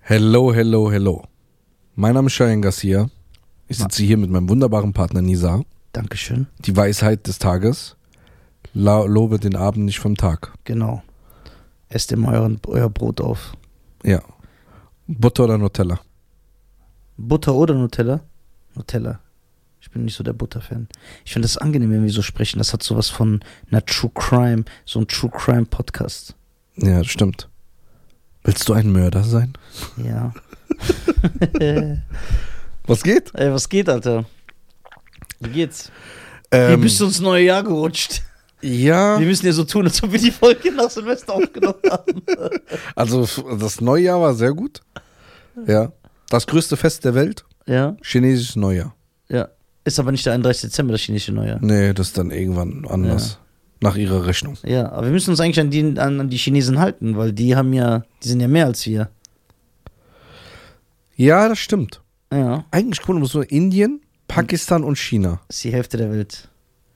Hello, hello, hello. Mein Name ist Cheyenne Garcia. Ich sitze hier mit meinem wunderbaren Partner Nisa. Dankeschön. Die Weisheit des Tages. La lobe den Abend nicht vom Tag. Genau. Esst immer euren, euer Brot auf. Ja. Butter oder Nutella? Butter oder Nutella? Nutella. Ich bin nicht so der Butter-Fan. Ich finde das angenehm, wenn wir so sprechen. Das hat sowas von einer True Crime, so ein True Crime Podcast. Ja, das stimmt. Willst du ein Mörder sein? Ja. Ey, Was geht? was geht, Alter? Wie geht's? Ähm, Wie bist du ins neue Jahr gerutscht? ja, Wir müssen ja so tun, als ob wir die Folge nach Silvester aufgenommen haben. also f- das Neujahr war sehr gut. Ja. Das größte Fest der Welt, Ja, chinesisches Neujahr. ja. Ist aber nicht der 31. Dezember, das chinesische Neujahr. Nee, das ist dann irgendwann anders. Nach ihrer Rechnung. Ja, aber wir müssen uns eigentlich an die, an, an die Chinesen halten, weil die haben ja, die sind ja mehr als wir. Ja, das stimmt. Ja, Eigentlich cool, muss nur Indien, Pakistan und China. ist die Hälfte der Welt.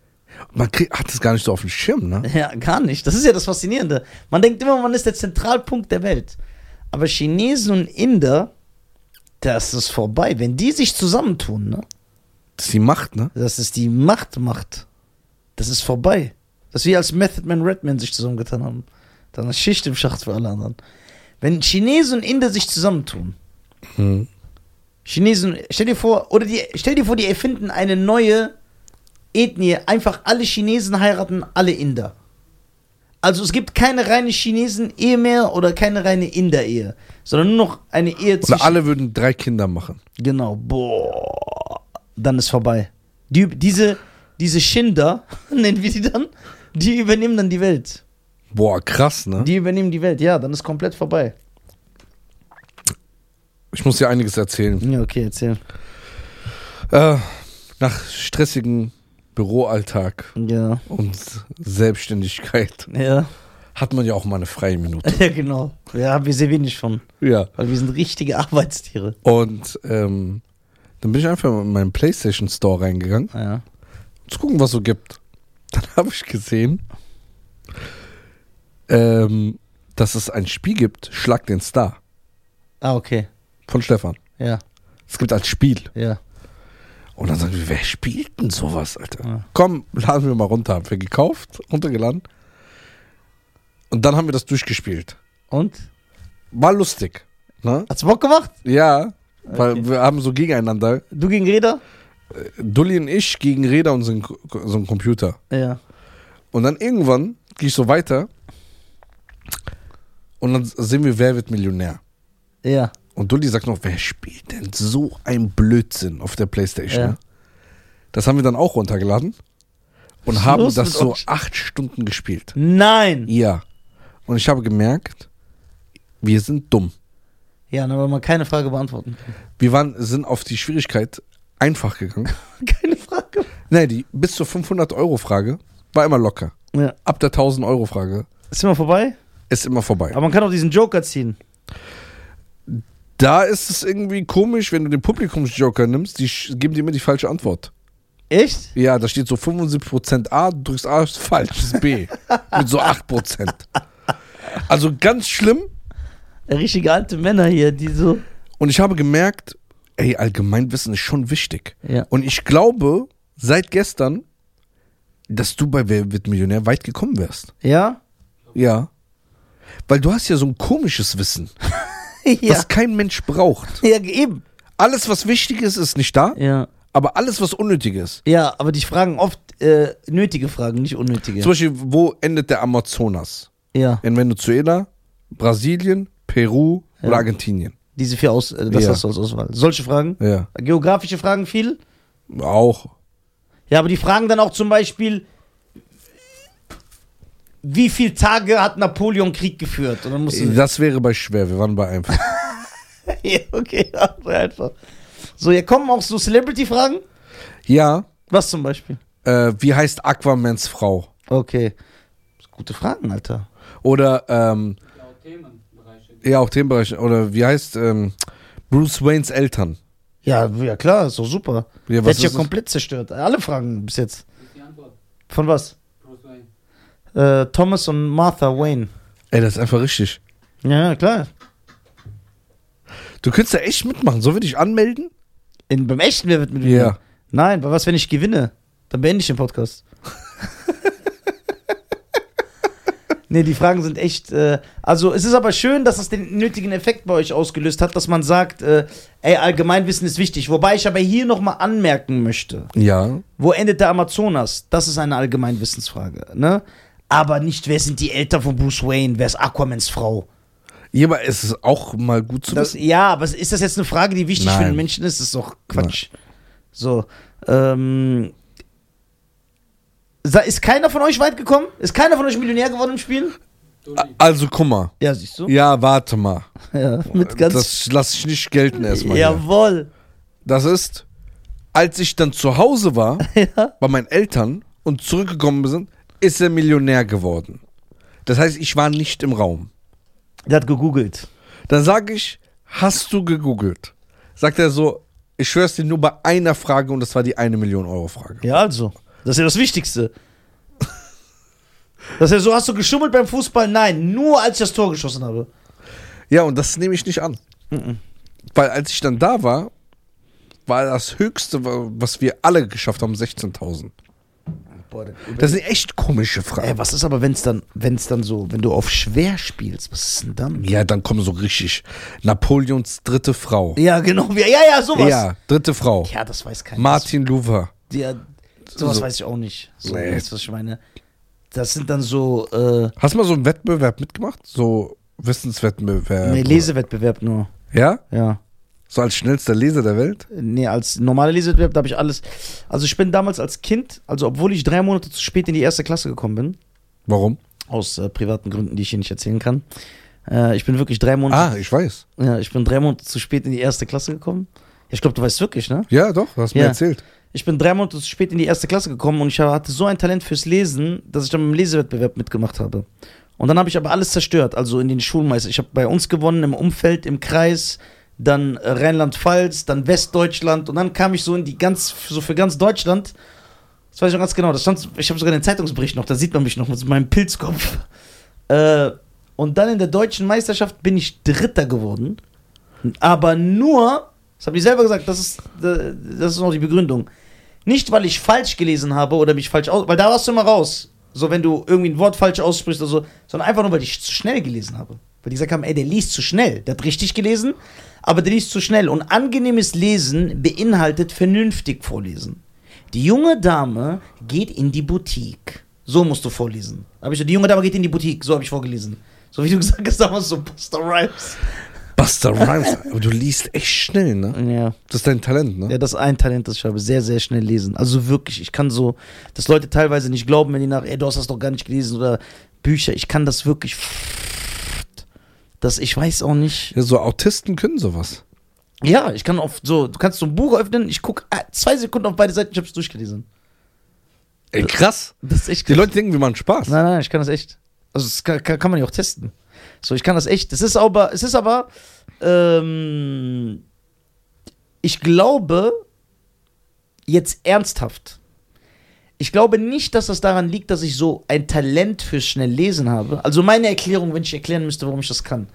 Man krieg, hat das gar nicht so auf dem Schirm, ne? Ja, gar nicht. Das ist ja das Faszinierende. Man denkt immer, man ist der Zentralpunkt der Welt. Aber Chinesen und Inder, das ist vorbei. Wenn die sich zusammentun, ne? Das ist die Macht, ne? das ist die Macht macht, das ist vorbei. Dass wir als Method Man Redman sich zusammengetan haben. Dann ist Schicht im Schacht für alle anderen. Wenn Chinesen und Inder sich zusammentun, Mhm. Chinesen, stell dir vor, oder die, stell dir vor, die erfinden eine neue Ethnie. Einfach alle Chinesen heiraten alle Inder. Also es gibt keine reine Chinesen-Ehe mehr oder keine reine Inder-Ehe, sondern nur noch eine Ehe zwischen. Oder alle würden drei Kinder machen. Genau, boah, dann ist vorbei. Die, diese, diese Schinder, nennen wir die dann, die übernehmen dann die Welt. Boah, krass, ne? Die übernehmen die Welt, ja, dann ist komplett vorbei. Ich muss dir einiges erzählen. Ja, okay, erzähl. Äh, nach stressigem Büroalltag Ja, und Selbstständigkeit ja, hat man ja auch mal eine freie Minute. ja, genau. Ja, haben wir sehr wenig von, Ja. weil wir sind richtige Arbeitstiere. Und ähm, dann bin ich einfach in meinen PlayStation Store reingegangen, Ah, Ja. zu gucken, was so gibt. Dann habe ich gesehen, ähm, dass es ein Spiel gibt, Schlag den Star Ah, okay, von Stefan. ja, Es gibt als Spiel. ja. Und dann sagen wir, wer spielt denn sowas, Alter? Ja. Komm, laden wir mal runter. Haben wir gekauft, runtergeladen. Und dann haben wir das durchgespielt. Und? War lustig. Ne? Hat's Bock gemacht? Ja, weil Okay. wir haben so gegeneinander. Du gegen Räder? Dulli und ich gegen Räder und so einen Ko- so einen Computer. Ja. Und dann irgendwann gehe ich so weiter. Und dann sehen wir, wer wird Millionär. Ja, Und Dulli sagt noch, wer spielt denn so ein Blödsinn auf der Playstation? Ja. ne? Das haben wir dann auch runtergeladen und Was ist haben los das mit so euch? acht Stunden gespielt. nein! Ja. Und ich habe gemerkt, wir sind dumm. Ja, aber man keine Frage beantworten kann. Wir waren, sind auf die Schwierigkeit einfach gegangen. Keine Frage. Nein, die bis zur 500-Euro-Frage war immer locker. Ja. Ab der 1000-Euro-Frage Ist immer vorbei? ist immer vorbei. Aber man kann auch diesen Joker ziehen. Da ist es irgendwie komisch, wenn du den Publikumsjoker nimmst, die sch- geben dir immer die falsche Antwort. Echt? Ja, da steht so 75% A, du drückst A, ist falsch, ist B. Mit so 8%. Also ganz schlimm. Richtige alte Männer hier, die so. Und ich habe gemerkt, ey, Allgemeinwissen ist schon wichtig. Ja. Und ich glaube, seit gestern, dass du bei Wer wird Millionär weit gekommen wärst. Ja? Ja. Weil du hast ja so ein komisches Wissen, ja. was kein Mensch braucht. Ja, eben. Alles, was wichtig ist, ist nicht da, Ja. aber alles, was unnötig ist. Ja, aber die fragen oft äh, nötige Fragen, nicht unnötige. Zum Beispiel, wo endet der Amazonas? ja. in Venezuela, Brasilien, Peru oder Argentinien. Diese vier aus, äh, das Ja. hast du als Auswahl. Solche Fragen. Ja. Geografische Fragen viel. Auch. Ja, aber die fragen dann auch zum Beispiel, wie viele Tage hat Napoleon Krieg geführt? Und dann musst du. Das wäre bei schwer, wir waren bei einfach. Ja, okay, ja, sehr einfach. So, hier kommen auch so Celebrity-Fragen. ja, Was zum Beispiel? äh, wie heißt Aquamans Frau? Okay. Gute Fragen, Alter. Oder, ähm, ja, auch Themenbereich. Oder wie heißt ähm, Bruce Waynes Eltern? Ja, ja klar, ist doch super. Ja, Ja, was Hätte ich ist ja es? komplett zerstört. Alle Fragen bis jetzt. Ist die Antwort. Von was? Bruce Wayne. Äh, Thomas und Martha Wayne. Ey, das ist einfach richtig. Ja, klar. Du könntest da echt mitmachen. Sollen wir dich anmelden? In, beim echten Wer wird mit Ja. Nein, aber was, wenn ich gewinne? Dann beende ich den Podcast. nee, die Fragen sind echt. Äh, also, es ist aber schön, dass es den nötigen Effekt bei euch ausgelöst hat, dass man sagt, äh, ey, Allgemeinwissen ist wichtig. Wobei ich aber hier nochmal anmerken möchte: Ja. Wo endet der Amazonas? Das ist eine Allgemeinwissensfrage, ne? Aber nicht, wer sind die Eltern von Bruce Wayne? Wer ist Aquamans Frau? Ja, aber es ist auch mal gut zu Das, wissen. ja, aber ist das jetzt eine Frage, die wichtig für Nein. den Menschen ist? Das ist doch Quatsch. So. Ähm, Sa- ist keiner von euch weit gekommen? Ist keiner von euch Millionär geworden im Spiel? Also, guck mal. Ja, siehst du? Ja, warte mal. Ja, mit ganz. das lasse ich nicht gelten erstmal. hier. jawohl. Das ist, als ich dann zu Hause war, Ja. bei meinen Eltern und zurückgekommen sind, ist er Millionär geworden. Das heißt, ich war nicht im Raum. Der hat gegoogelt. Dann sage ich, hast du gegoogelt? Sagt er so, ich schwör's dir nur bei einer Frage und das war die eine Million Euro Frage. Ja, also. Das ist ja das Wichtigste. Das ist ja so, hast du geschummelt beim Fußball? Nein, nur als ich das Tor geschossen habe. Ja, und das nehme ich nicht an. Weil als ich dann da war, war das Höchste, wa- was wir alle geschafft haben, 16.000. Boah, Das sind echt komische Ey, Fragen. was ist aber, wenn es dann, wenn's dann so, wenn du auf schwer spielst? Was ist denn dann? Ja, dann kommen so richtig Napoleons dritte Frau. Ja, genau. Ja, ja, ja, sowas. Ja, dritte Frau. Ja, das weiß keiner. Martin Luther. Das, ja, sowas So. weiß ich auch nicht. So, Nee. Weißt du, was ich meine? Das sind dann so äh, Hast du mal so einen Wettbewerb mitgemacht? So Wissenswettbewerb? nee, Lesewettbewerb nur. Ja? Ja. So als schnellster Leser der Welt? Nee, als normaler Lesewettbewerb, da habe ich alles. Also ich bin damals als Kind, also obwohl ich drei Monate zu spät in die erste Klasse gekommen bin, Warum? aus äh, privaten Gründen, die ich hier nicht erzählen kann. Äh, ich bin wirklich drei Monate. Ah, ich weiß. Ja, ich bin drei Monate zu spät in die erste Klasse gekommen. Ich glaube, du weißt wirklich, ne? Ja, doch, hast du Ja. mir erzählt. Ich bin drei Monate zu spät in die erste Klasse gekommen und ich hatte so ein Talent fürs Lesen, dass ich dann im Lesewettbewerb mitgemacht habe. Und dann habe ich aber alles zerstört, also in den Schulmeister. Ich habe bei uns gewonnen, im Umfeld, im Kreis, dann äh, Rheinland-Pfalz, dann Westdeutschland und dann kam ich so in die ganz, so für ganz Deutschland. Das weiß ich noch ganz genau. Das stand, ich habe sogar den Zeitungsbericht noch, da sieht man mich noch mit meinem Pilzkopf. Äh, und dann in der deutschen Meisterschaft bin ich Dritter geworden. Aber nur, das haben die selber gesagt, das ist, äh, das ist noch die Begründung. Nicht, weil ich falsch gelesen habe oder mich falsch aus. Weil da warst du immer raus. So, wenn du irgendwie ein Wort falsch aussprichst oder so. Sondern einfach nur, weil ich zu schnell gelesen habe. Weil die gesagt haben, ey, der liest zu schnell. Der hat richtig gelesen, aber der liest zu schnell. Und angenehmes Lesen beinhaltet vernünftig vorlesen. Die junge Dame geht in die Boutique. So musst du vorlesen. Da Hab ich so, die junge Dame geht in die Boutique. So habe ich vorgelesen. So wie du gesagt hast, damals so Buster Rhymes. Buster Rhymes. Aber du liest echt schnell, ne? Ja. Das ist dein Talent, ne? Ja, das ist ein Talent, das ich habe. Sehr, sehr schnell lesen. Also wirklich, ich kann so, dass Leute teilweise nicht glauben, wenn die nach, ey, du hast das doch gar nicht gelesen oder Bücher. Ich kann das wirklich. Das, ich weiß auch nicht. Ja, so Autisten können sowas. Ja, ich kann oft so, du kannst so ein Buch öffnen, ich gucke zwei Sekunden auf beide Seiten, ich hab's durchgelesen. Ey, krass. Das ist echt Die Leute denken, wir machen Spaß. Nein, nein, ich kann das echt. Also das kann, kann, kann man ja auch testen. So, ich kann das echt. Es ist aber, es ist aber, ähm, ich glaube, jetzt ernsthaft. Ich glaube nicht, dass das daran liegt, dass ich so ein Talent fürs schnell Lesen habe. Also meine Erklärung, wenn ich erklären müsste, warum ich das kann.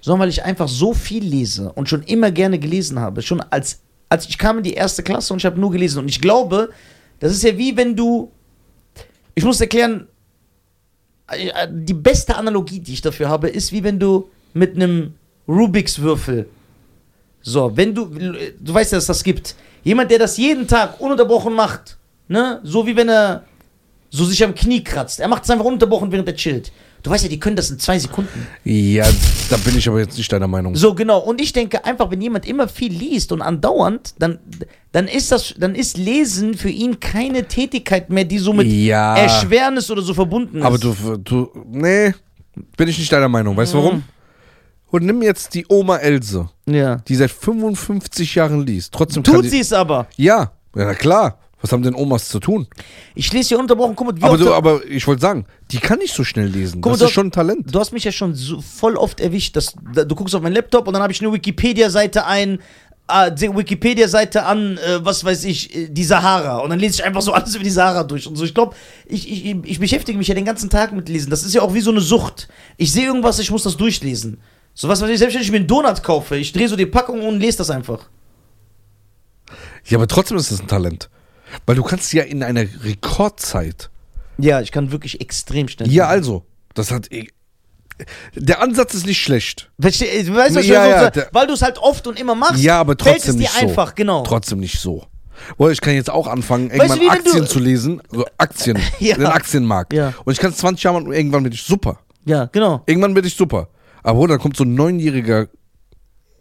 Sondern weil ich einfach so viel lese und schon immer gerne gelesen habe. Schon als, als ich kam in die erste Klasse und ich habe nur gelesen. Und ich glaube, das ist ja wie wenn du, ich muss erklären, äh, die beste Analogie, die ich dafür habe, ist wie wenn du mit einem Rubiks Würfel. So, wenn du du weißt ja, dass das gibt. Jemand, der das jeden Tag ununterbrochen macht, ne? So wie wenn er so sich am Knie kratzt. Er macht es einfach ununterbrochen, während er chillt. Du weißt ja, die können das in zwei Sekunden. Ja, da bin ich aber jetzt nicht deiner Meinung. So, genau. Und ich denke einfach, wenn jemand immer viel liest und andauernd, dann, dann ist das, dann ist Lesen für ihn keine Tätigkeit mehr, die so mit Ja. Erschwernis oder so verbunden ist. Aber du, du, nee, bin ich nicht deiner Meinung. Weißt du Mhm. warum? Und nimm jetzt die Oma Else, Ja. die seit 55 Jahren liest. Trotzdem kann Tut die- sie es aber. Ja, ja, na klar. Was haben denn Omas zu tun? Ich lese hier unterbrochen, guck mal, wie Aber, oft, du, aber ich wollte sagen, die kann nicht so schnell lesen. Guck mal, das ist du- schon ein Talent. du hast mich ja schon so voll oft erwischt, dass da- du guckst auf meinen Laptop und dann habe ich eine Wikipedia-Seite ein, äh, die Wikipedia-Seite an, äh, was weiß ich, äh, die Sahara. Und dann lese ich einfach so alles über die Sahara durch und so. Ich glaube, ich, ich, ich beschäftige mich ja den ganzen Tag mit Lesen. Das ist ja auch wie so eine Sucht. Ich sehe irgendwas, ich muss das durchlesen. So was, was ich selbst wenn ich mir einen Donut kaufe, ich drehe so die Packung und lese das einfach. Ja, aber trotzdem ist es ein Talent. Weil du kannst ja in einer Rekordzeit. Ja, ich kann wirklich extrem schnell. Ja, also, das hat. eh- Der Ansatz ist nicht schlecht. Weißt du, weißt du, was ich Ja, versuche? ja, der- weil du es halt oft und immer machst, Ja, aber fällt trotzdem es dir nicht so. einfach, genau. Trotzdem nicht so. Boah, ich kann jetzt auch anfangen, Weißt du, irgendwann wie wenn du- Aktien zu lesen. Also Aktien. Ja. Den Aktienmarkt. Ja. Und ich kann es 20 Jahre machen und irgendwann bin ich super. ja, genau. Irgendwann bin ich super. Aber Bruder, da kommt so ein neunjähriger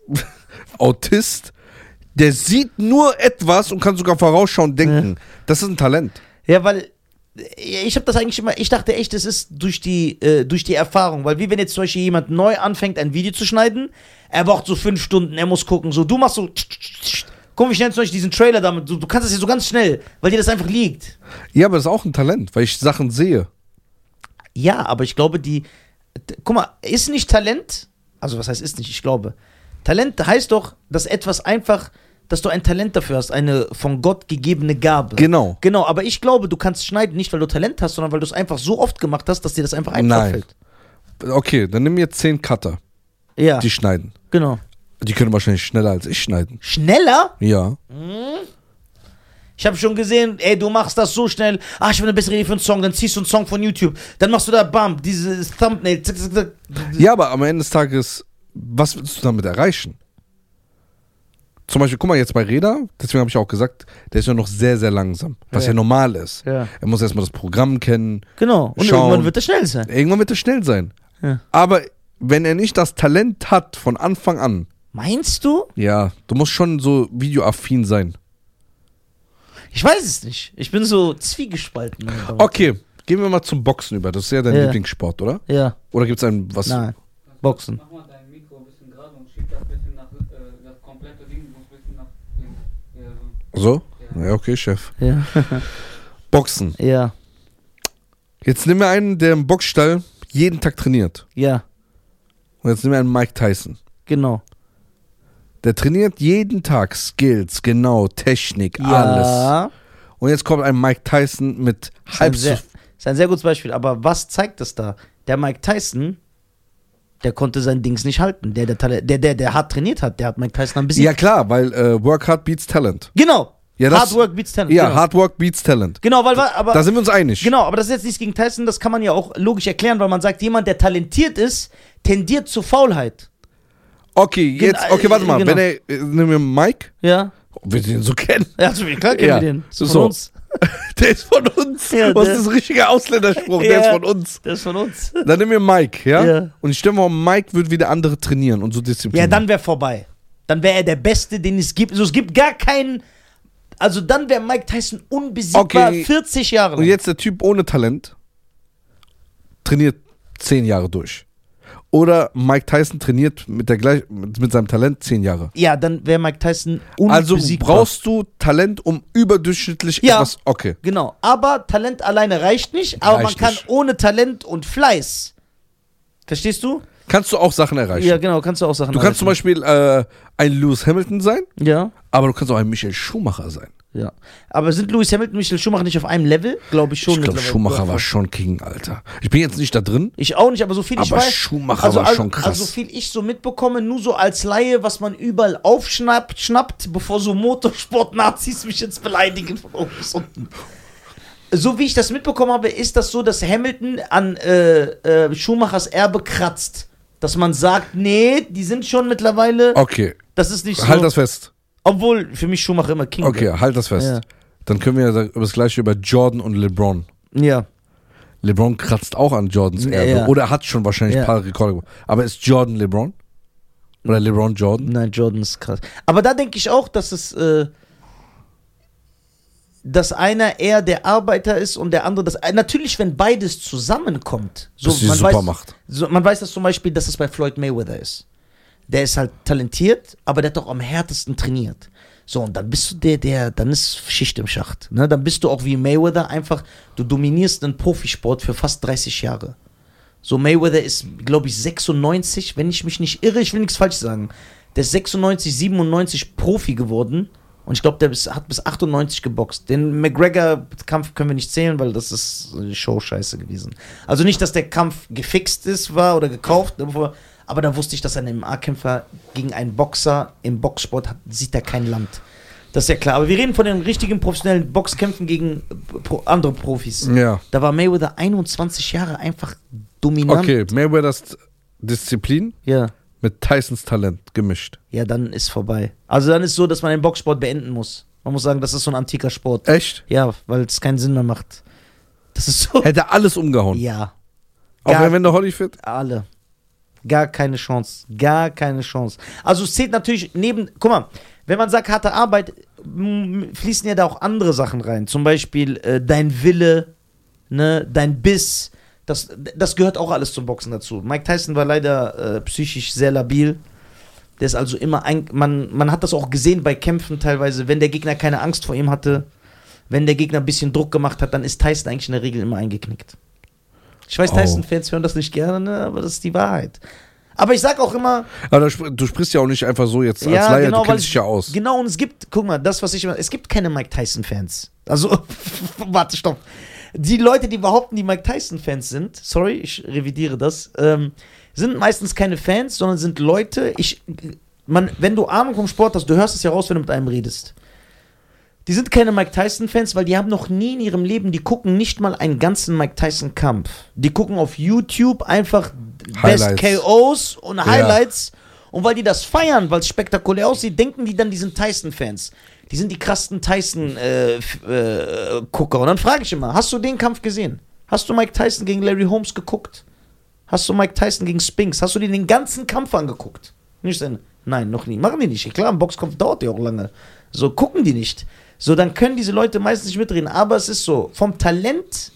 Autist, der sieht nur etwas und kann sogar vorausschauend denken. Das ist ein Talent. Ja, weil äh, ich habe das eigentlich immer, ich dachte echt, es ist durch die, äh, durch die Erfahrung, weil wie wenn jetzt zum Beispiel jemand neu anfängt, ein Video zu schneiden, er braucht so fünf Stunden, er muss gucken, so du machst so, komm, wir schneiden zum Beispiel diesen Trailer damit, du, du kannst das hier so ganz schnell, weil dir das einfach liegt. Ja, aber das ist auch ein Talent, weil ich Sachen sehe. Ja, aber ich glaube, die. d- Guck mal, ist nicht Talent. Also, was heißt ist nicht? Ich glaube. Talent heißt doch, dass etwas einfach, dass du ein Talent dafür hast, eine von Gott gegebene Gabe. Genau. Genau, aber ich glaube, du kannst schneiden nicht, weil du Talent hast, sondern weil du es einfach so oft gemacht hast, dass dir das einfach einfach Nein. fällt. Okay, dann nimm jetzt zehn Cutter, Ja, die schneiden. genau. Die können wahrscheinlich schneller als ich schneiden. Schneller? Ja. Ich habe schon gesehen, ey, du machst das so schnell. Ah, ich will eine bessere Idee für einen Song. Dann ziehst du einen Song von YouTube. Dann machst du da, bam, dieses Thumbnail. Zack, zack, zack. Ja, aber am Ende des Tages, was willst du damit erreichen? Zum Beispiel, guck mal jetzt bei Reda, deswegen habe ich auch gesagt, der ist ja noch sehr, sehr langsam, was ja, Ja. normal ist. Ja. Er muss erstmal das Programm kennen. Genau. Und Schauen. irgendwann wird das schnell sein. Irgendwann wird er schnell sein. Ja. Aber wenn er nicht das Talent hat von Anfang an, Meinst du? ja, du musst schon so videoaffin sein. Ich weiß es nicht. Ich bin so zwiegespalten. Okay, gehen wir mal zum Boxen über. Das ist ja dein Ja. Lieblingssport, oder? Ja, Oder gibt es einen, was? nein. Boxen. Mach mal dein Mikro ein bisschen gerade und schieb das bisschen nach, äh, das komplette Ding muss ein bisschen nach links. Ja, so. So? Ja, okay, Chef. Ja. Boxen. ja, Jetzt nimm mir einen, der im Boxstall jeden Tag trainiert. ja, Und jetzt nimm mir einen Mike Tyson. genau. Der trainiert jeden Tag Skills, genau, Technik, alles. Ja. Und jetzt kommt ein Mike Tyson mit Ist ein, halb so. Ah, sehr, ist ein sehr gutes Beispiel. Aber was zeigt das da? Der Mike Tyson, der konnte sein Dings nicht halten. Der, der, Tale- der, der, der hart trainiert hat, der hat Mike Tyson ein bisschen. Ja klar, weil äh, Work hard beats Talent. Genau. Ja, das- hard work beats talent. Ja, genau. Hard Work beats Talent. Genau, weil, weil aber Da sind wir uns einig. Genau, aber das ist jetzt nichts gegen Tyson, das kann man ja auch logisch erklären, weil man sagt, jemand, der talentiert ist, tendiert zur Faulheit. Okay, jetzt, Gen- okay, warte mal. genau. Wenn er, äh, nimm mir Mike, Ja. ob wir den so kennen, Ja, also, klar kennen Ja, wir den. Ist von so. uns. der ist von uns. Ja, Was der- ist ein richtiger Ausländerspruch? Der ist Ja. von uns. Der ist von uns. Dann nimm mir Mike, ja? Ja. Und ich stelle mir vor, Mike wird wieder andere trainieren und so Ja, disziplinieren. dann wäre vorbei. Dann wäre er der Beste, den es gibt. Also es gibt gar keinen. Also dann wäre Mike Tyson unbesiegbar Okay. 40 Jahre lang. Und jetzt der Typ ohne Talent trainiert zehn Jahre durch. Oder Mike Tyson trainiert mit, der gleich, mit, mit seinem Talent zehn Jahre. ja, dann wäre Mike Tyson Also unbesiegbar. brauchst du Talent, um überdurchschnittlich Ja. etwas. Okay. Genau. Aber Talent alleine reicht nicht. Aber man Reicht kann nicht. ohne Talent und Fleiß. Verstehst du? Kannst du auch Sachen erreichen. Ja, genau. Kannst du auch Sachen. Du kannst zum erreichen. Beispiel äh, ein Lewis Hamilton sein, Ja. aber du kannst auch ein Michael Schumacher sein. Ja. Aber sind Lewis Hamilton und Michael Schumacher nicht auf einem Level? Glaube ich schon. ich glaube, mittlerweile. Schumacher war schon King, Alter. Ich bin jetzt nicht da drin. Ich auch nicht, aber so viel ich Aber weiß. Schumacher war al- schon krass. Also so viel ich so mitbekomme, nur so als Laie, was man überall aufschnappt, schnappt, bevor so Motorsport-Nazis mich jetzt beleidigen von oben bis unten. So wie ich das mitbekommen habe, ist das so, dass Hamilton an äh, äh, Schumachers Erbe kratzt. Dass man sagt, nee, die sind schon mittlerweile. Okay, Das ist nicht so. Oh, halt das fest. obwohl für mich Schumacher immer King Okay, halt das fest. Ja. Dann können wir ja da- über das gleiche über Jordan und LeBron. wird. Ja. LeBron kratzt auch an Jordans Ja, Erbe. ja. Oder hat schon wahrscheinlich Ja. ein paar Rekorde gemacht. Aber ist Jordan LeBron? Oder LeBron Jordan? Nein, Jordan ist krass. Aber da denke ich auch, dass es, äh, dass einer eher der Arbeiter ist und der andere das. Äh, natürlich, wenn beides zusammenkommt, so Dass sie man super weiß, macht. So, man weiß das zum Beispiel, dass es bei Floyd Mayweather ist. Der ist halt talentiert, aber der hat doch am härtesten trainiert. So, und dann bist du der, der, dann ist Schicht im Schacht. Ne? Dann bist du auch wie Mayweather einfach, du dominierst einen Profisport für fast 30 Jahre. So, Mayweather ist, glaube ich, 96, wenn ich mich nicht irre, ich will nichts falsch sagen. Der ist 96, 97 Profi geworden und ich glaube, der bis, hat bis 98 geboxt. Den McGregor-Kampf können wir nicht zählen, weil das ist äh, Show-Scheiße gewesen. Also nicht, dass der Kampf gefixt ist, war oder gekauft, aber Aber da wusste ich, dass ein MMA-Kämpfer gegen einen Boxer im Boxsport hat, sieht da kein Land. Das ist ja klar. Aber wir reden von den richtigen professionellen Boxkämpfen gegen äh, pro, andere Profis. Ja. Da war Mayweather 21 Jahre einfach dominant. Okay, Mayweathers Disziplin Ja. mit Tysons Talent gemischt. ja, dann ist vorbei. Also dann ist so, dass man den Boxsport beenden muss. Man muss sagen, das ist so ein antiker Sport. Echt? Ja, weil es keinen Sinn mehr macht. Das ist so. Hätte alles umgehauen. Ja, Auch Ja. wenn der Holyfield. alle. Gar keine Chance. Gar keine Chance. Also es zählt natürlich neben. Guck mal, wenn man sagt harte Arbeit, m- fließen ja da auch andere Sachen rein. Zum Beispiel äh, dein Wille, ne, dein Biss. Das, das gehört auch alles zum Boxen dazu. Mike Tyson war leider äh, psychisch sehr labil. Der ist also immer ein, man, man hat das auch gesehen bei Kämpfen teilweise, wenn der Gegner keine Angst vor ihm hatte, wenn der Gegner ein bisschen Druck gemacht hat, dann ist Tyson eigentlich in der Regel immer eingeknickt. Ich weiß, Oh. Tyson-Fans hören das nicht gerne, ne, aber das ist die Wahrheit. Aber ich sag auch immer, Aber da sp- du sprichst ja auch nicht einfach so jetzt als ja, Laie, genau, du weil kennst dich ja aus. Genau, und es gibt, guck mal, das, was ich immer, es gibt keine Mike Tyson-Fans. Also, warte, stopp. Die Leute, die behaupten, die Mike Tyson-Fans sind, sorry, ich revidiere das, ähm, sind meistens keine Fans, sondern sind Leute, ich, man, wenn du Ahnung vom Sport hast, du hörst es ja raus, wenn du mit einem redest. Die sind keine Mike Tyson-Fans, weil die haben noch nie in ihrem Leben, die gucken nicht mal einen ganzen Mike Tyson-Kampf. Die gucken auf YouTube einfach Best Highlights. KOs und Highlights. Und weil die das feiern, weil es spektakulär aussieht, denken die dann, die sind Tyson-Fans. Die sind die krassen Tyson-Gucker. Äh, f- äh, Gucker. und dann frage ich immer, hast du den Kampf gesehen? Hast du Mike Tyson gegen Larry Holmes geguckt? Hast du Mike Tyson gegen Spinks? Hast du dir den ganzen Kampf angeguckt? Nicht denn, nein, noch nie. Machen die nicht. Klar, ein Boxkampf dauert ja auch lange. So gucken die nicht. So, dann können diese Leute meistens nicht mitreden. Aber es ist so, vom Talent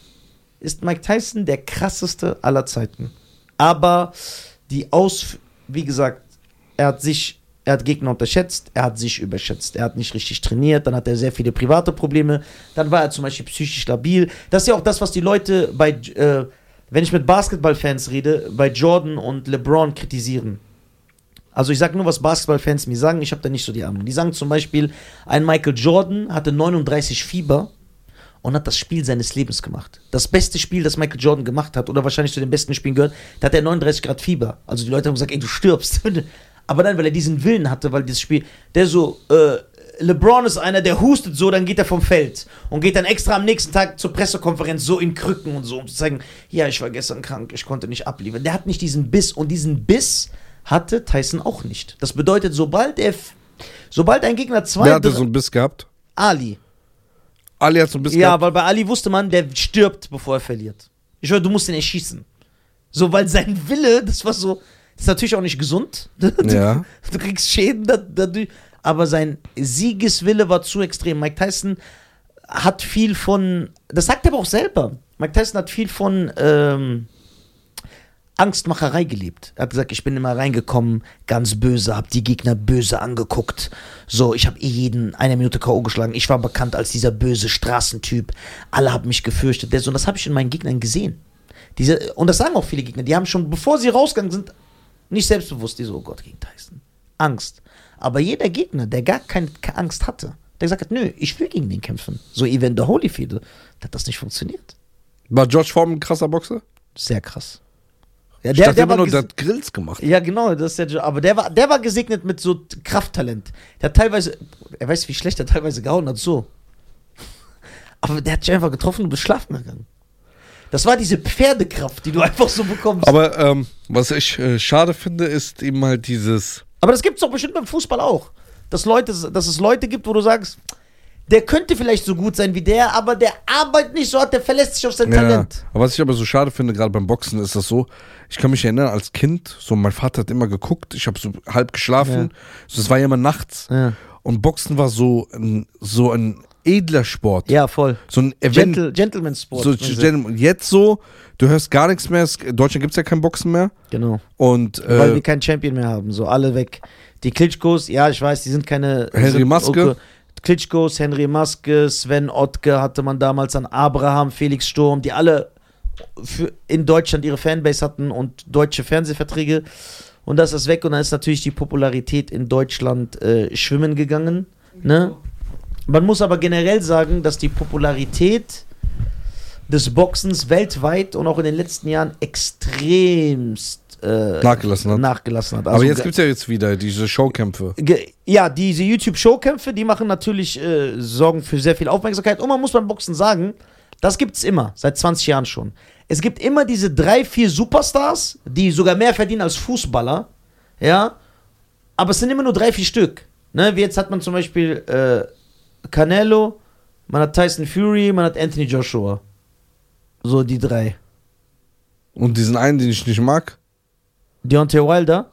ist Mike Tyson der krasseste aller Zeiten. Aber die Aus, wie gesagt, er hat sich, er hat Gegner unterschätzt, er hat sich überschätzt, er hat nicht richtig trainiert, dann hat er sehr viele private Probleme, dann war er zum Beispiel psychisch labil. Das ist ja auch das, was die Leute bei, äh, wenn ich mit Basketballfans rede, bei Jordan und LeBron kritisieren. Also ich sage nur, was Basketballfans mir sagen, ich habe da nicht so die Ahnung. Die sagen zum Beispiel, ein Michael Jordan hatte 39 Fieber und hat das Spiel seines Lebens gemacht. Das beste Spiel, das Michael Jordan gemacht hat oder wahrscheinlich zu den besten Spielen gehört, da hat er 39 Grad Fieber. Also die Leute haben gesagt, ey, du stirbst. Aber dann, weil er diesen Willen hatte, weil dieses Spiel, der so, äh, LeBron ist einer, der hustet so, dann geht er vom Feld und geht dann extra am nächsten Tag zur Pressekonferenz so in Krücken und so, um zu zeigen, ja, ich war gestern krank, ich konnte nicht abliefern. Der hat nicht diesen Biss und diesen Biss hatte Tyson auch nicht. Das bedeutet, sobald er, f- sobald ein Gegner zwei, Wer hatte drei- so einen Biss gehabt? Ali, Ali hat so einen Biss ja, gehabt. weil bei Ali wusste man, der stirbt, bevor er verliert. Ich höre, du musst ihn erschießen. So, weil sein Wille, das war so, das ist natürlich auch nicht gesund. Du, Ja. du kriegst Schäden dad- dadurch. Aber sein Siegeswille war zu extrem. Mike Tyson hat viel von, das sagt er aber auch selber. Mike Tyson hat viel von ähm, Angstmacherei gelebt. Er hat gesagt, ich bin immer reingekommen, ganz böse, hab die Gegner böse angeguckt. So, ich habe eh jeden eine Minute K.O. geschlagen. Ich war bekannt als dieser böse Straßentyp. Alle haben mich gefürchtet. Der so, Und das habe ich in meinen Gegnern gesehen. Diese, und das sagen auch viele Gegner. Die haben schon, bevor sie rausgegangen sind, nicht selbstbewusst, die so, oh Gott, gegen Tyson. Angst. Aber jeder Gegner, der gar keine keine Angst hatte, der gesagt hat, nö, ich will gegen den kämpfen. So Evander Holyfield, da hat das nicht funktioniert. War George Foreman ein krasser Boxer? Sehr krass. Ja, ich dachte immer war nur, der ges- hat Grills gemacht. ja, genau, das ist ja, Jo- aber der war, der war gesegnet mit so T- Krafttalent. Der hat teilweise, er weiß, wie schlecht er teilweise gehauen hat, so. Aber der hat dich einfach getroffen und bist schlafen gegangen. Das war diese Pferdekraft, die du einfach so bekommst. Aber ähm, was ich äh, schade finde, ist eben halt dieses. Aber das gibt es doch bestimmt beim Fußball auch. Dass, Leute, dass es Leute gibt, wo du sagst, der könnte vielleicht so gut sein wie der, aber der arbeitet nicht so hart, der verlässt sich auf sein Ja. Talent. Aber was ich aber so schade finde, gerade beim Boxen, ist das so, ich kann mich erinnern, als Kind, so mein Vater hat immer geguckt, ich habe so halb geschlafen, so, es war ja immer nachts. Ja. Und Boxen war so ein, so ein edler Sport. Ja, voll. So ein Event. Gentle, Gentleman-Sport. So, Gentleman- jetzt so, du hörst gar nichts mehr, es- in Deutschland gibt es ja kein Boxen mehr. genau. Und Weil äh, wir keinen Champion mehr haben, so alle weg. Die Klitschkos, ja, ich weiß, die sind keine. die Henry sind, Maske. Klitschkos, Henry Maske, Sven Ottke hatte man damals an Abraham, Felix Sturm, die alle für, in Deutschland ihre Fanbase hatten und deutsche Fernsehverträge. Und das ist weg und dann ist natürlich die Popularität in Deutschland äh, schwimmen gegangen. Ne? Man muss aber generell sagen, dass die Popularität des Boxens weltweit und auch in den letzten Jahren extremst äh, Nachgelassen hat. nachgelassen hat. Ne? Also Aber jetzt ge- gibt es ja jetzt wieder diese Showkämpfe. Ge- ja, diese YouTube-Showkämpfe, die machen natürlich, äh, sorgen für sehr viel Aufmerksamkeit. Und man muss beim Boxen sagen, das gibt's immer, seit 20 Jahren schon. Es gibt immer diese drei, vier Superstars, die sogar mehr verdienen als Fußballer, ja. Aber es sind immer nur drei, vier Stück. Ne? Wie jetzt hat man zum Beispiel äh, Canelo, man hat Tyson Fury, man hat Anthony Joshua. So die drei. Und diesen einen, den ich nicht mag, Deontay Wilder,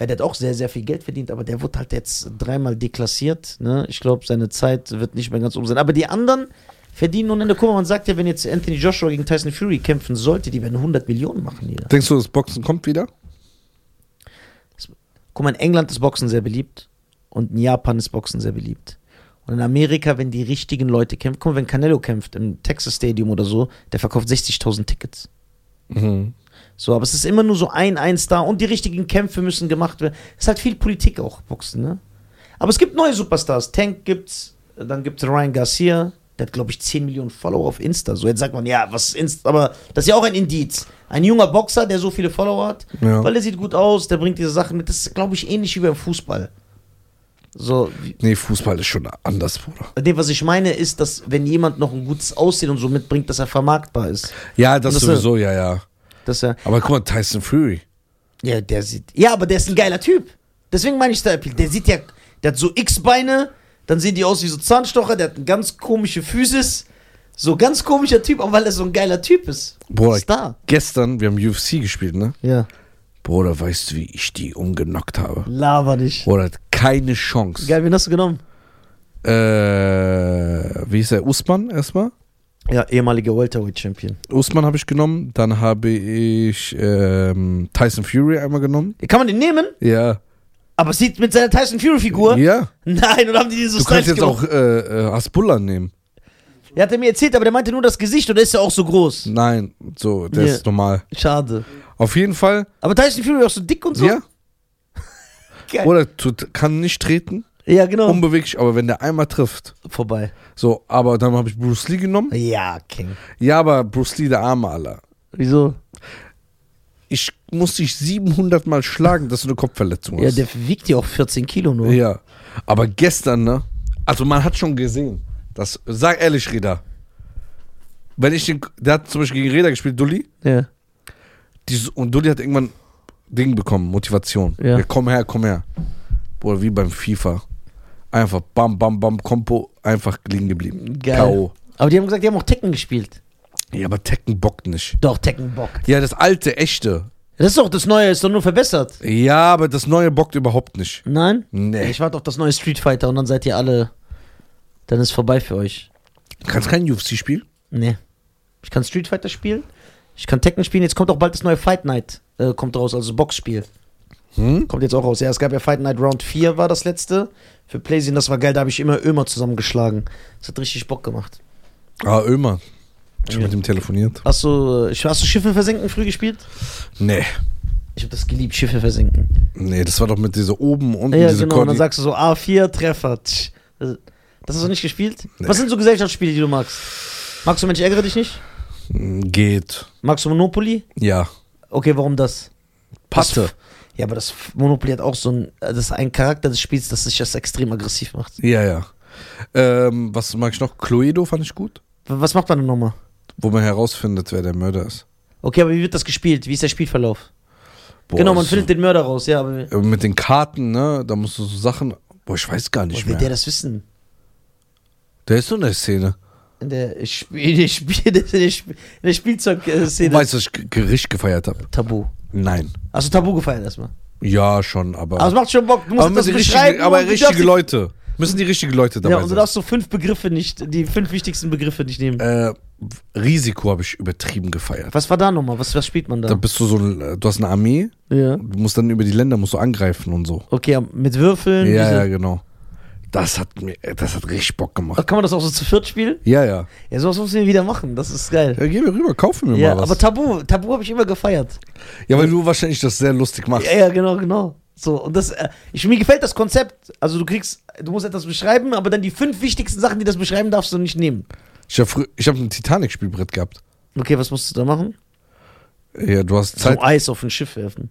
ja, der hat auch sehr, sehr viel Geld verdient, aber der wurde halt jetzt dreimal deklassiert. Ne? Ich glaube, seine Zeit wird nicht mehr ganz um sein. Aber die anderen verdienen nun Ende. Guck mal, man sagt ja, wenn jetzt Anthony Joshua gegen Tyson Fury kämpfen sollte, die werden 100 Millionen machen. Jeder. denkst du, das Boxen kommt wieder? Guck mal, in England ist Boxen sehr beliebt und in Japan ist Boxen sehr beliebt. Und in Amerika, wenn die richtigen Leute kämpfen, guck mal, wenn Canelo kämpft im Texas Stadium oder so, der verkauft 60.000 Tickets. Mhm. So, aber es ist immer nur so ein, ein Star und die richtigen Kämpfe müssen gemacht werden. Es ist halt viel Politik auch, Boxen, ne? Aber es gibt neue Superstars. Tank gibt's, dann gibt's Ryan Garcia, der hat, glaube ich, 10 Millionen Follower auf Insta. So, jetzt sagt man, ja, was ist Insta? Aber das ist ja auch ein Indiz. Ein junger Boxer, der so viele Follower hat, Ja. weil der sieht gut aus, der bringt diese Sachen mit. Das ist, glaube ich, ähnlich wie beim Fußball. So, wie- Nee, Fußball ist schon anders, Bruder. nee, was ich meine ist, dass wenn jemand noch ein gutes Aussehen und so mitbringt, dass er vermarktbar ist. Ja, das, Das ist- sowieso, ja, ja. Dass er, Aber guck mal, Tyson Fury. Ja, der sieht. Ja, aber der ist ein geiler Typ. Deswegen meine ich Star Appeal. Der sieht ja. Der hat so X-Beine, dann sehen die aus wie so Zahnstocher, der hat eine ganz komische Physis. So ganz komischer Typ, aber weil er so ein geiler Typ ist. Bruder, Star. gestern, wir haben UFC gespielt, ne? Ja. Bruder, weißt du, wie ich die umgenockt habe? Laber dich. Bruder, hat keine Chance. Geil, wen hast du genommen? Äh, wie ist der? Usman erstmal? Ja, ehemaliger Welterweight Champion. Usman habe ich genommen, dann habe ich ähm, Tyson Fury einmal genommen. Kann man den nehmen, Ja. aber es sieht mit seiner Tyson Fury Figur. Ja. Nein, oder haben die den so Du kannst jetzt stylisch gemacht? auch äh, äh, Hasbullah nehmen. Er hat er mir erzählt, aber der meinte nur das Gesicht und der ist ja auch so groß. Nein, so, der Ja. ist normal. Schade. Auf jeden Fall, Aber Tyson Fury auch so dick und so. äh, ja. Geil. Oder Um- tut, kann nicht treten, ja genau. unbeweglich, aber wenn der einmal trifft. Vorbei. So, aber dann habe ich Bruce Lee genommen. Ja, King. Ja, aber Bruce Lee, der arme Aller. Wieso? Ich muss dich 700 Mal schlagen, dass du eine Kopfverletzung Ja, hast. der wiegt ja auch 14 Kilo nur. Ja, aber gestern, ne? Also man hat schon gesehen, dass, sag ehrlich, Reda, wenn ich den, der hat zum Beispiel gegen Reda gespielt, Dulli, Ja. dieses, und Dulli hat irgendwann Ding bekommen, Motivation. Ja. Ja. komm her, komm her. Boah, wie beim FIFA. Einfach bam, bam, bam, Kompo, einfach liegen geblieben. Geil. K.O. Aber die haben gesagt, die haben auch Tekken gespielt. Ja, aber Tekken bockt nicht. Doch, Tekken bockt. Ja, das alte, echte. Das ist doch das Neue, ist doch nur verbessert. Ja, aber das neue bockt überhaupt nicht. Nein? Nee. Ich warte auf das neue Street Fighter und dann seid ihr alle. Dann ist vorbei für euch. Kannst kein UFC spielen? Nee. Ich kann Street Fighter spielen. Ich kann Tekken spielen. Jetzt kommt auch bald das neue Fight Night. Äh, kommt raus, also Boxspiel. Hm? Kommt jetzt auch raus. Ja, es gab ja Fight Night Round 4 war das letzte. Für PlayStation, das war geil. Da habe ich immer Ömer zusammengeschlagen. Das hat richtig Bock gemacht. Ah, Ömer. Ich hab mit ihm telefoniert. Hast du, äh, hast du Schiffe versenken früh gespielt? Nee. Ich habe das geliebt, Schiffe versenken. Nee, das war doch mit dieser oben und Ja, diese genau. Und Koordi- dann sagst du so, A4 Treffer. Tsch. Das hast du nicht gespielt? Nee. Was sind so Gesellschaftsspiele, die du magst? Magst du Mensch ärgere dich nicht? Mm, Geht. Magst du Monopoly? Ja. Okay, warum das? Patte. Das, ja, aber das Monopoly hat auch so ein, das ist ein Charakter des Spiels, das sich das extrem aggressiv macht. Ja, ja. Ähm, was mag ich noch? Cluedo fand ich gut. W- Was macht man denn nochmal? Wo man herausfindet, wer der Mörder ist. Okay, aber wie wird das gespielt? Wie ist der Spielverlauf? Boah, genau, man so- findet den Mörder raus, ja, aber äh, Mit den Karten, ne? Da musst du so Sachen. Boah, ich weiß gar Boah, nicht will mehr. der Der, das wissen? ist so in der Szene. In der Spiel, in der, Spiel, in der, Spiel, in der Du Spielzeugszene. weißt, dass ich G- Gericht gefeiert habe? Tabu. Nein. Hast du Tabu gefallen erstmal? Ja, schon, aber. Aber es macht schon Bock. Also, Du musst aber das müssen beschreiben. richtige, aber und du darfst richtige die- Leute. Müssen die richtigen Leute dabei Ja, und du darfst so fünf Begriffe nicht, die fünf wichtigsten Begriffe nicht nehmen. sein. Äh, Risiko habe ich übertrieben gefeiert. was war da nochmal? Was, was spielt man Da da? bist du so, ein- äh, du hast eine Armee, Ja. du musst dann über die Länder musst du angreifen und so. Okay, ja, mit Würfeln. Ja, ja, diese- genau. Das hat mir, äh, das hat richtig Bock Ach, gemacht. Kann man das auch so zu viert spielen? Ja, ja. Ja, sowas müssen wir wieder machen. Das ist geil. Ja, geh mir rüber, kaufe mir Ja, mal was. aber Tabu, Tabu habe ich immer gefeiert. ja, weil du wahrscheinlich das sehr lustig machst. Ja, ja, genau, genau. So, und das, äh, ich, mir gefällt das Konzept. Also, du kriegst, du musst etwas beschreiben, aber dann die fünf wichtigsten Sachen, die das beschreiben, darfst du nicht nehmen. Ich habe hab ein Titanic-Spielbrett gehabt. Okay, was musst du da machen? Ja, du hast Zeit. So Eis auf ein Schiff werfen.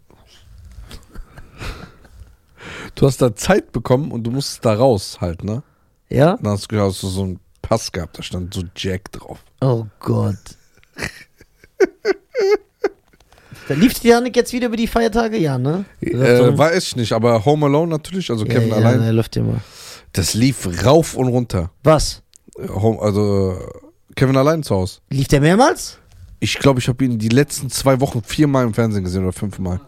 Du hast da Zeit bekommen und du musstest da raus halt, ne? Ja? Dann hast du, hast du so einen Pass gehabt, da stand so Jack drauf. Oh Gott. Dann lief Titanic jetzt wieder über die Feiertage? Ja, ne? Läuft Äh, doch- weiß ich nicht, aber Home Alone natürlich, also Kevin ja, allein. Ja, läuft immer. Das lief rauf und runter. Was? Äh, Home, also äh, Kevin allein zu Hause. Lief der mehrmals? Ich glaube, ich habe ihn die letzten zwei Wochen viermal im Fernsehen gesehen oder fünfmal.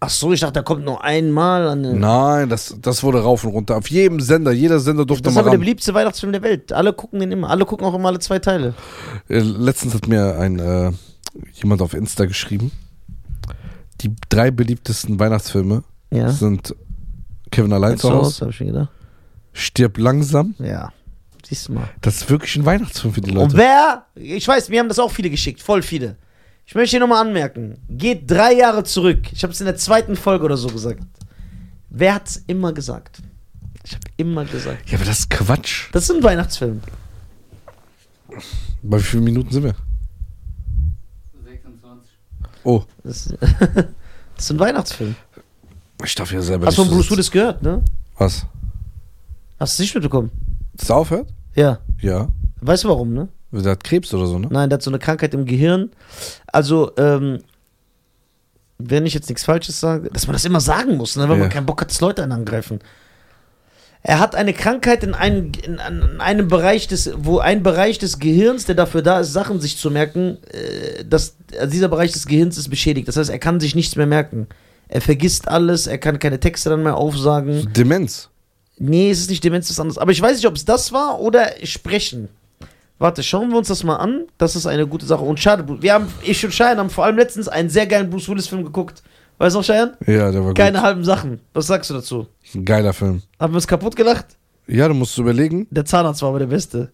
Ach so, ich dachte, da kommt nur einmal an den. Nein, das, das wurde rauf und runter. Auf jedem Sender, jeder Sender durfte Das ist mal aber der ran. beliebteste Weihnachtsfilm der Welt. Alle gucken den immer. Alle gucken auch immer alle zwei Teile. Äh, Letztens hat mir ein äh, jemand auf Insta geschrieben, die drei beliebtesten Weihnachtsfilme Ja. sind Kevin allein zu Zu Hause, Hause, hab ich mir gedacht. Stirb langsam. Ja. Siehst du mal. Das ist wirklich ein Weihnachtsfilm für die Leute. Und wer, ich weiß, mir haben das auch viele geschickt, voll viele. Ich möchte hier nochmal anmerken, geht drei Jahre zurück. Ich habe es in der zweiten Folge oder so gesagt. Wer hat's immer gesagt? Ich habe immer gesagt. ja, aber das ist Quatsch. Das sind Weihnachtsfilme. Bei wie vielen Minuten sind wir? 26. Oh, Das, das sind Weihnachtsfilme. ich darf ja selber Hast du von nicht Bruce so sitzen. Willis gehört, ne? Was? Hast du es nicht mitbekommen? Dass er aufhört? Ja. Ja. Weißt du warum, ne? Der hat Krebs oder so, ne? Nein, der hat so eine Krankheit im Gehirn. Also, ähm, wenn ich jetzt nichts Falsches sage, dass man das immer sagen muss, ne? weil Ja. man keinen Bock hat, dass Leute einen angreifen. Er hat eine Krankheit in einem, in, an- in einem Bereich des, wo ein Bereich des Gehirns, der dafür da ist, Sachen sich zu merken, äh, dass also dieser Bereich des Gehirns ist beschädigt. Das heißt, er kann sich nichts mehr merken. Er vergisst alles, er kann keine Texte dann mehr aufsagen. Demenz. Nee, es ist nicht Demenz, es ist anders. Aber ich weiß nicht, ob es das war oder Sprechen. Warte, schauen wir uns das mal an. Das ist eine gute Sache. Und schade, Bru- wir haben, ich und Cheyenne haben vor allem letztens einen sehr geilen Bruce Willis-Film geguckt. Weißt du noch, Cheyenne? Ja, der war Keine halben Sachen. Was sagst du dazu? gut. Ein geiler Film. Haben wir uns kaputt gelacht? Ja, du musst überlegen. Der Zahnarzt war aber der Beste.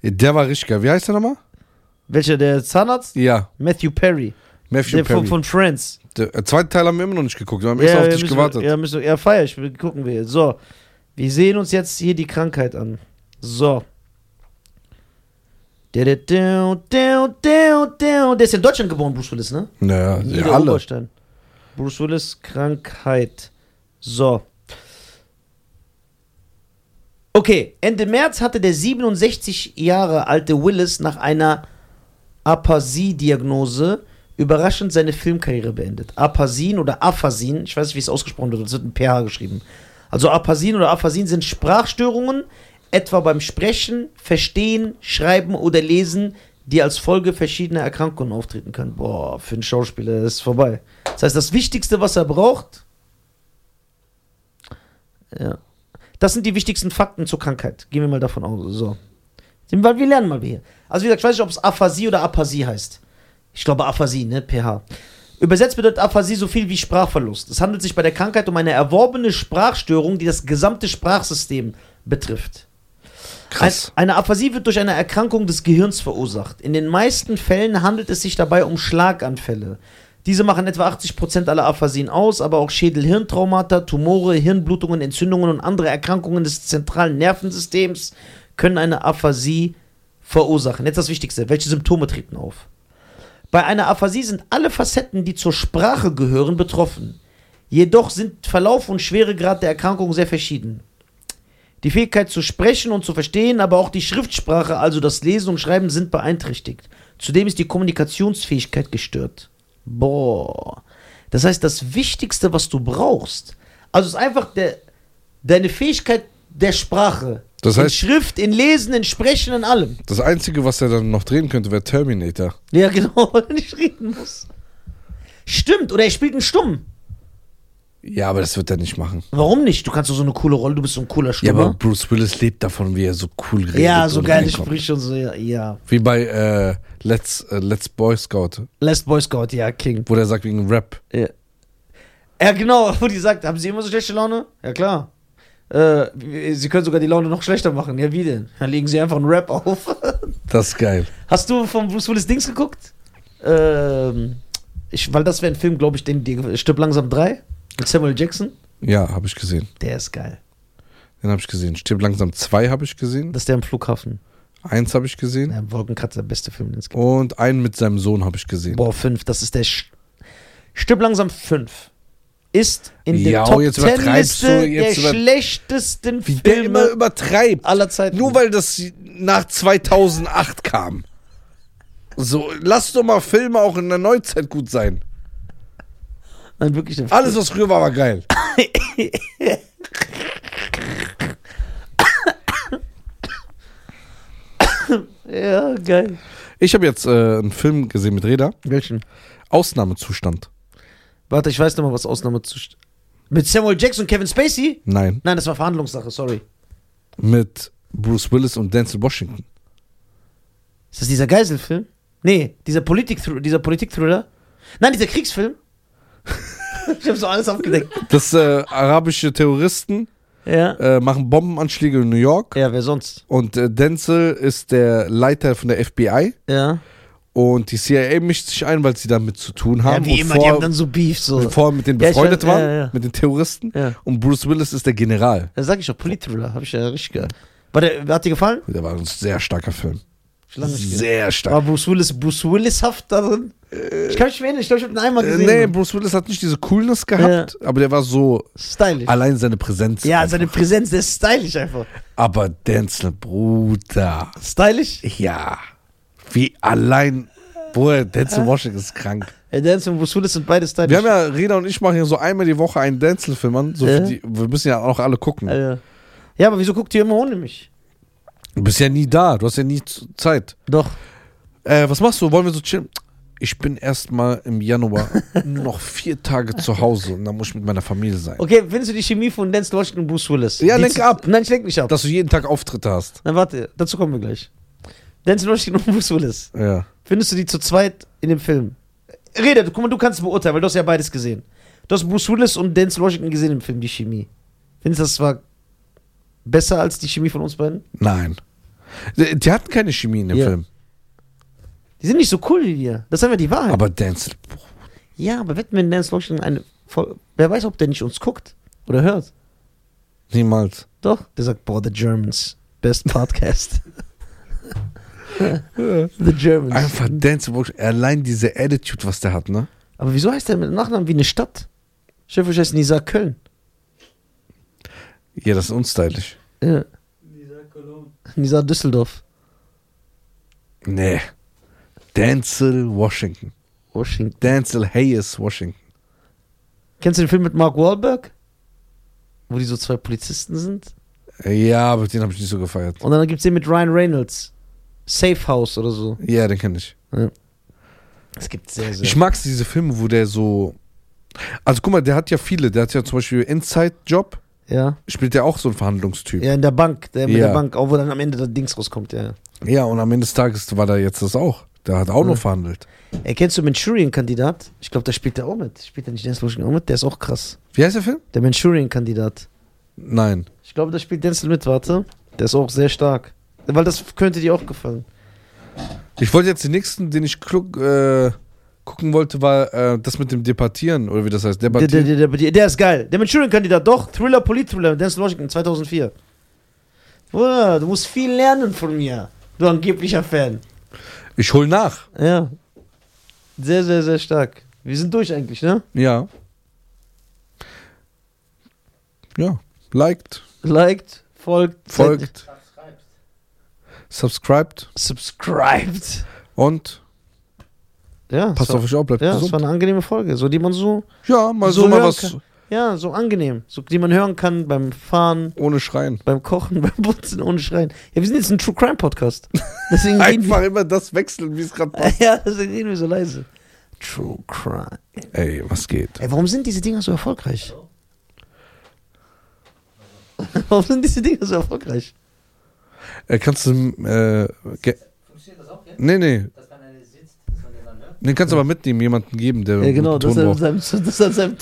Der war richtig geil. Wie heißt der nochmal? Welcher, der Zahnarzt? Ja, Matthew Perry. Matthew der Von, Perry. von Friends. der äh, zweite Teil haben wir immer noch nicht geguckt. Wir haben extra auf dich müssen, gewartet. Ja, müssen, ja, feier ich. Gucken wir. jetzt. So, wir sehen uns jetzt hier die Krankheit an. So. Der, der, der, der, der, der, der ist in Deutschland geboren, Bruce Willis, ne? Naja, ja, Nieder- alle. Oberstein. Bruce Willis, Krankheit. So. Okay, Ende März hatte der 67 Jahre alte Willis nach einer Aphasie-Diagnose überraschend seine Filmkarriere beendet. Aphasin oder Aphasin, ich weiß nicht, wie es ausgesprochen wird, es wird ein PH geschrieben. Also Aphasin oder Aphasin sind Sprachstörungen, etwa beim Sprechen, Verstehen, Schreiben oder Lesen, die als Folge verschiedener Erkrankungen auftreten können. Boah, für einen Schauspieler ist es vorbei. Das heißt, das Wichtigste, was er braucht, ja. Das sind die wichtigsten Fakten zur Krankheit. Gehen wir mal davon aus. So. Sind wir- Wir lernen mal hier. Also wie gesagt, ich weiß nicht, ob es Aphasie oder Aphasie heißt. Ich glaube Aphasie, ne? PH. Übersetzt bedeutet Aphasie so viel wie Sprachverlust. Es handelt sich bei der Krankheit um eine erworbene Sprachstörung, die das gesamte Sprachsystem betrifft. Krass. Ein, eine Aphasie wird durch eine Erkrankung des Gehirns verursacht. In den meisten Fällen handelt es sich dabei um Schlaganfälle. Diese machen etwa 80% aller Aphasien aus, aber auch Schädel-Hirntraumata, Tumore, Hirnblutungen, Entzündungen und andere Erkrankungen des zentralen Nervensystems können eine Aphasie verursachen. Jetzt das Wichtigste. Welche Symptome treten auf? Bei einer Aphasie sind alle Facetten, die zur Sprache gehören, betroffen. Jedoch sind Verlauf und Schweregrad der Erkrankung sehr verschieden. Die Fähigkeit zu sprechen und zu verstehen, aber auch die Schriftsprache, also das Lesen und Schreiben, sind beeinträchtigt. Zudem ist die Kommunikationsfähigkeit gestört. Boah. Das heißt, das Wichtigste, was du brauchst, also ist einfach der, deine Fähigkeit der Sprache. Das heißt- in Schrift, in Lesen, in Sprechen, in allem. Das Einzige, was er dann noch drehen könnte, wäre Terminator. Ja, genau, weil er nicht reden muss. Stimmt, oder er spielt einen Stumm. Ja, aber das wird er nicht machen. Warum nicht? Du kannst doch so eine coole Rolle, du bist so ein cooler Ja, aber Stummer. Bruce Willis lebt davon, wie er so cool redet. Ja, so und geile reinkommt. Sprüche und so, ja, ja. Wie bei äh, Let's, äh, Let's Boy Scout, Last Boy Scout, ja, King. wo der sagt wegen Rap. Ja. Ja, genau, wo die sagt, haben Sie immer so schlechte Laune? Ja, klar. Äh, Sie können sogar die Laune noch schlechter machen. Ja, wie denn? Dann legen Sie einfach einen Rap auf. Das ist geil. Hast du von Bruce Willis Dings geguckt? Ähm, ich, weil das wäre ein Film, glaube ich, den dir stirb langsam 3 mit Samuel Jackson. Ja, habe ich gesehen. Der ist geil. Den habe ich gesehen. Stirb langsam 2 habe ich gesehen. Das ist der im Flughafen. Eins habe ich gesehen. Ja, Wolkenkratzer, der beste Film, den es gibt. Und einen mit seinem Sohn habe ich gesehen. Boah, 5, das ist der. Sch Stirb langsam 5. ist in der Ja, Top jetzt 10 übertreibst Liste du, jetzt der über- schlechtesten Wie der immer Filme übertreibt. aller Zeiten. Nur weil das nach 2008 kam. So, lass doch mal Filme auch in der Neuzeit gut sein. Nein, wirklich nicht. Alles, was früher war, war geil. Ja, geil. Ich habe jetzt äh, einen Film gesehen mit Reda. Welchen? Ausnahmezustand. Warte, ich weiß nochmal, was Ausnahme zu. Mit Samuel Jackson und Kevin Spacey? Nein. Nein, das war Verhandlungssache, sorry. Mit Bruce Willis und Denzel Washington. Ist das dieser Geiselfilm? Nee, dieser Politik-Thriller. Dieser Politik Nein, dieser Kriegsfilm. ich hab so alles aufgedeckt. Das äh, arabische Terroristen Ja. äh, machen Bombenanschläge in New York. Ja, wer sonst? Und äh, Denzel ist der Leiter von der FBI. Ja. Und die CIA mischt sich ein, weil sie damit zu tun haben. ja wie und immer, vor, die haben dann so Beef, so. vorher mit denen Äh, Ja, ich befreundet weiß, ja, waren, ja. mit den Terroristen. Ja. Und Bruce Willis ist der General. Da sag ich doch, Politthriller, hab ich ja richtig gehört. War der, hat dir gefallen? Der war ein sehr starker Film. Ich lange nicht gesehen. Sehr War stark. Bruce Willis, Bruce Willis-haft da drin? Ich kann mich erinnern, ich glaube, ich hab den einmal Äh, gesehen. ne? nee, Bruce Willis hat nicht diese Coolness gehabt, aber der war so Stylisch. allein seine Präsenz. Ja, einfach. seine Präsenz, der ist stylisch einfach. aber Denzel, Bruder. Stylisch? Ja. Wie allein. Boah, Denzel Washington ist krank. Ey, Dance und Bruce Willis sind beide stylisch. Wir haben ja, Reda und ich machen ja so einmal die Woche einen Denzel-Film an. So Ja. für die, wir müssen ja auch alle gucken. Alter. Ja, aber wieso guckt ihr immer ohne mich? Du bist ja nie da, du hast ja nie Z- Zeit. Doch. Äh, was machst du? Wollen wir so chillen? Ich bin erstmal im Januar noch vier Tage zu Hause und dann muss ich mit meiner Familie sein. Okay, findest du die Chemie von Dance Washington und Bruce Willis? Ja, Die lenk zu- ab. Nein, ich lenk nicht ab. Dass du jeden Tag Auftritte hast. Nein, warte, dazu kommen wir gleich. Dance Washington und Bruce Willis. Ja. Findest du die zu zweit in dem Film? Rede, du- guck mal, du kannst beurteilen, weil du hast ja beides gesehen. Du hast Bruce Willis und Dance Washington gesehen im Film, die Chemie. Findest du das war besser als die Chemie von uns beiden? Nein. Die, die hatten keine Chemie in dem Ja. Film. Die sind nicht so cool wie wir. Das ist einfach die Wahrheit. Aber Denzel, ja, aber wetten wir in Dance Washington eine. Fol- Wer weiß, ob der nicht uns guckt oder hört. niemals. Doch. Der sagt, boah, The Germans. Best Podcast. The Germans. Einfach Denzel Washington. Allein diese Attitude, was der hat, ne? Aber wieso heißt der mit Nachnamen wie eine Stadt? Chef, ich heißt Nisa Köln. Ja, das ist unstylisch. Ja. Dieser Cologne. Nisa Düsseldorf. Nee. Denzel Washington. Washington. Denzel Hayes Washington. Kennst du den Film mit Mark Wahlberg? Wo die so zwei Polizisten sind? Ja, aber den habe ich nicht so gefeiert. Und dann gibt's den mit Ryan Reynolds. Safe House oder so. Ja, den kenne ich. Es gibt sehr, sehr. Ich mag diese Filme, wo der so. Also guck mal, der hat ja viele. Der hat ja zum Beispiel Inside Job, ja. spielt der auch so ein Verhandlungstyp. Ja. ja, in der Bank. Der mit Ja. der Bank. Auch wo dann am Ende das Dings rauskommt, ja. und am Ende des Tages war da jetzt das auch. Der hat auch Mhm. noch verhandelt. Ey, kennst du Manchurian-Kandidat? Ich glaube, da spielt der auch mit. Spielt der nicht Dance Washington auch mit? Der ist auch krass. Wie heißt der Film? Der Manchurian-Kandidat. Nein. Ich glaube, da spielt Denzel mit, warte. Der ist auch sehr stark. Weil das könnte dir auch gefallen. Ich wollte jetzt den nächsten, den ich klug, äh, gucken wollte, war äh, das mit dem Debattieren oder wie das heißt. Der, der, Debattieren. der, der, der ist geil. Der Manchurian-Kandidat, doch. Thriller, Polit-Thriller, Denzel Washington, 2004. Bruder, du musst viel lernen von mir. Du angeblicher Fan. Ich hol nach. Ja. Sehr, sehr, sehr stark. Wir sind durch eigentlich, ne? Ja. Ja. Liked, Liked, folgt, folgt, Schreibst. subscribed subscribed. und Ja, passt es war, auf euch auf, bleibt Ja, es war gesund. eine angenehme Folge. So, die man so, Ja, mal so, so mal hören was kann. ja, so angenehm. So, die man hören kann beim Fahren, ohne Schreien. beim Kochen, beim Putzen, ohne Schreien. Ja, wir sind jetzt ein True Crime Podcast. Deswegen reden wir, Einfach immer das wechseln, wie es gerade passt. ja, deswegen reden wir so leise. True Crime. Ey, was geht? Ey, warum sind diese Dinger so erfolgreich? warum sind diese Dinger so erfolgreich? Äh, kannst du, äh, ge- Funktioniert das auch jetzt? nee, nee, Dass wenn einer sitzt, dass man den dann hört? den kannst du aber mitnehmen, jemanden geben, der Ja, genau, einen das guten ist Ton an braucht. seinem, das an seinem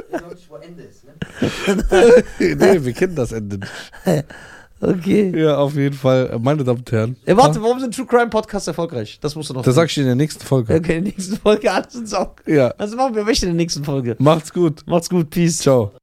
Ich glaube nicht, wo Ende ist, ne? nee, wir kennen das Ende. Okay. Ja, auf jeden Fall, meine Damen und Herren. Ey, warte, warum sind True Crime Podcasts erfolgreich? Das musst du noch. Das sag ich dir in der nächsten Folge. Okay, in der nächsten Folge alles ins Auge. Ja, Also machen wir welche in der nächsten Folge. macht's gut. Macht's gut, peace. Ciao.